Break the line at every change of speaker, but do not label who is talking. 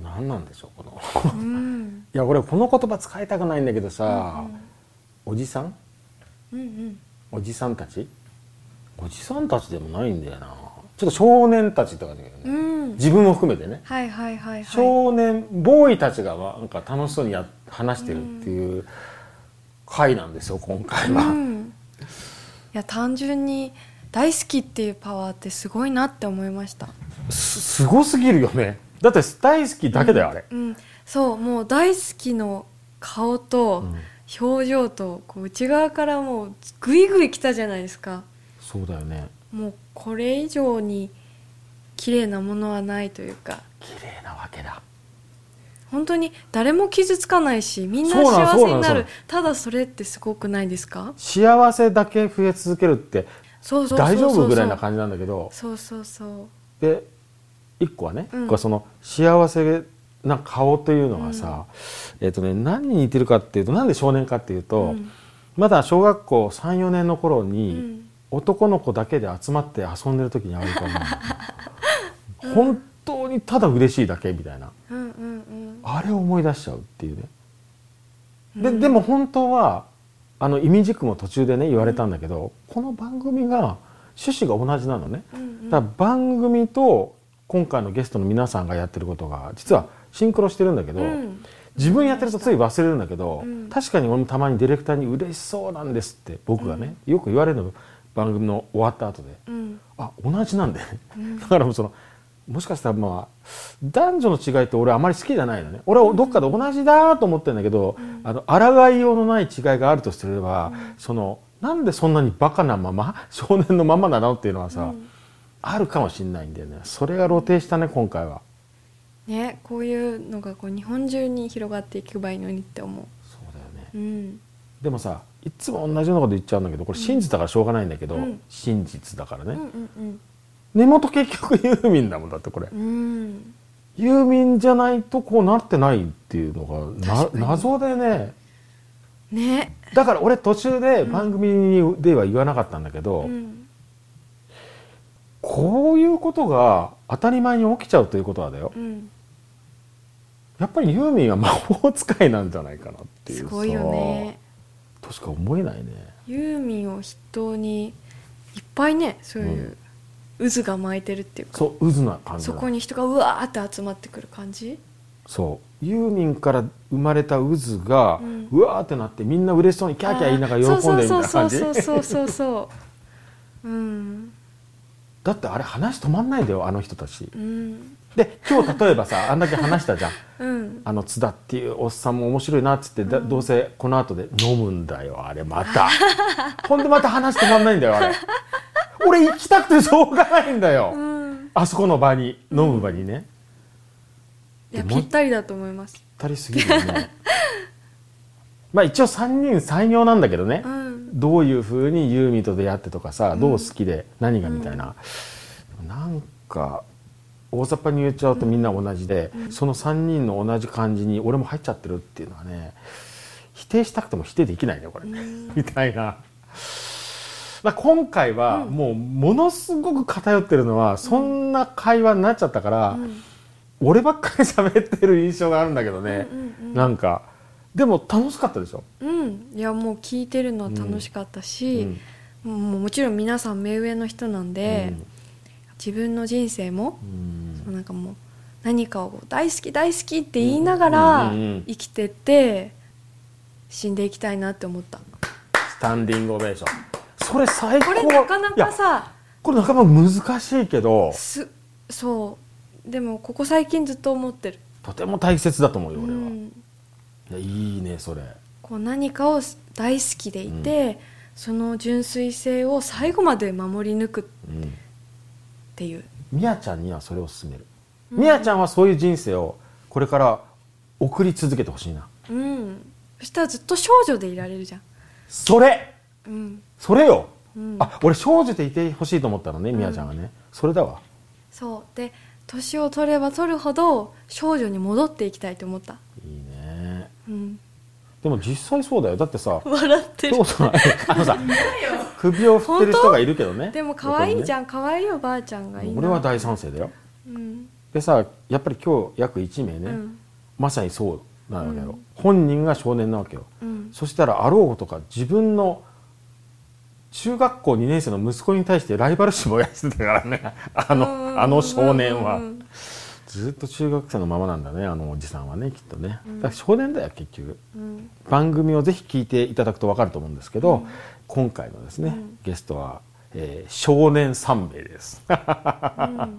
何なんでしょうこの いや俺この言葉使いたくないんだけどさ、おじさん
うんうん
おじさんたちおじさんたちでもないんだよなちょっと少年たちって感じだけど
う
ね、
ん
自分も含めてね、
はいはいはいはい
少年ボーイたちがなんか楽しそうにや話してるっていう回なんですよ今回は、
うんいや単純に大好きっていうパワーってすごいなって思いました
すすごすぎるよねだって大好きだけだよあれ、
うんそうもう大好きの顔と
うん
表情とこう内側からもうグイグイ来たじゃないですか
そうだよね
もうこれ以上に綺麗なものはないというか
綺麗なわけだ
本当に誰も傷つかないしみんな
そうなの
幸せに
そ
な
うなのそうな
る
の
ただそれってすごくないですか
幸せだけ増え続けるって
そうそうそう
大
そう
丈夫ぐらいな感じなんだけど
そうそうそう
で一個はね、
うん
一個はその幸せな顔というのがさ、えっ、とね何に似てるかっていうとなんで少年かっていうと、
うん
まだ小学校34年の頃
う
に、
ん
男の子だけで集まって遊んでる時に会うと思 う本当にただ嬉しいだけみたいな
うんうん
あれを思い出しちゃうっていうね
うん
で,、でも本当はあのイミジクも途中でね言われたんだけど、この番組が趣旨が同じなのね、
うんうん
だから番組と今回のゲストの皆さんがやってることが実はシンクロしてるんだけど、
うん
自分やってるとつい忘れるんだけど、
うん
確かに俺もたまにディレクターに「嬉しそうなんです」って僕がね、よく言われるの番組の終わった後で
うん
あ同じなんだよね、
ん
だからもうそのもしかしたらまあ男女の違いって俺あまり好きじゃないのね俺はどっかで同じだと思ってるんだけど、あの抗いようのない違いがあるとすれば、そのなんでそんなにバカなまま少年のままなのっていうのはさ、あるかもしれないんだよねそれが露呈したね今回は
ねこういうのがこう日本中に広がっていけばいいのにって思
そうだよね
ううん
でもさいつも同じようなこと言っちゃうんだけどこれ真実だからしょうがないんだけど、
うん
真実だからね、
うんうん
根元結局ユーミンだもんだってこれ
うんうん
ユーミンじゃないとこうなってないっていうのが
確かに
な謎でね
ね
だから俺途中で番組では言わなかったんだけど、
うん
こういうことが当たり前に起きちゃうということはだよ
うん
やっぱりユーミンは魔法使いなんじゃないかなっていう
すごいよね
さとしか思えないね
ユーミンを筆頭にいっぱいねそういう渦が巻いてるっていうか、
そう渦な感じ
そ
だ
こに人がうわーって集まってくる感じ
そうユーミンから生まれた渦が、
うん
うわーってなってみんな嬉しそうにキャーキャー言いながら喜んでるみたいな感じ
あーそうそうそうそうそうそうそううん
だってあれ話止まんないだよあの人たち
うん
で今日例えばさあんだけ話したじゃん
うん
あの津田っていうおっさんも面白いなっつって、だどうせこの後で飲むんだよあれまたほんでまた話止まんないんだよあれ俺行きたくてしょうがないんだよ、
うん
あそこの場に飲む場にね
いや
でも
ぴったりだと思います
ぴったりすぎるよねまあ一応3人三様なんだけどね、
うん
どういうふうにユーミンと出会ってとかさ、どう好きで何がみたいな、なんか大雑把に言っちゃうとみんな同じで、その3人の同じ感じに俺も入っちゃってるっていうのはね否定したくても否定できないねこれ、みたいな。まあ、今回はもうものすごく偏ってるのはそんな会話になっちゃったから、俺ばっかり喋ってる印象があるんだけどね、なんかでも楽しかったでしょ
うんいやもう聞いてるのは楽しかったし、もうもちろん皆さん目上の人なんで、自分の人生も
う、ん
なんかもう何かを大好き大好きって言いながら
うんうんうん
生きてって死んでいきたいなって思った
スタンディングオベーションそれ最高
これなかない
や
かさ
これなかなか難しいけど
すそうでもここ最近ずっと思ってる、
とても大切だと思うよ
う
俺は、い
ん、
やいいねそれ
こう何かを大好きでいて、その純粋性を最後まで守り抜くっ
うん
ていう
みやちゃんにはそれを勧めるみやちゃんはそういう人生をこれから送り続けてほしいな
うんそしたらずっと少女でいられるじゃん
それ
うん
それよ、
うん
あ俺少女でいてほしいと思ったのねみやちゃんがね、それだわ
そうで年を取れば取るほど少女に戻っていきたいと思った
いいね
うん
でも実際そうだよだってさ
笑ってる
そうそうあ のさ首を振ってる人がいるけどね
でも可愛いじ
ん、
ゃん可愛いおばあちゃんがいいな
俺は大賛成だよ
うん
ででさやっぱり今日約1名ね、
うん
まさにそうなわけよ、
うん
本人が少年なわけよ
うん
そしたらあろうことか自分の中学校2年生の息子に対してライバル視燃やしてたから ねあのあの少年は
うん
ずっと中学生のままなんだねあのおじさんはねきっとね
うん
だから少年だよ結局
うん
番組をぜひ聞いていただくと分かると思うんですけど、
うん
今回のですね、
うん
ゲストは、えー少年3名です
うん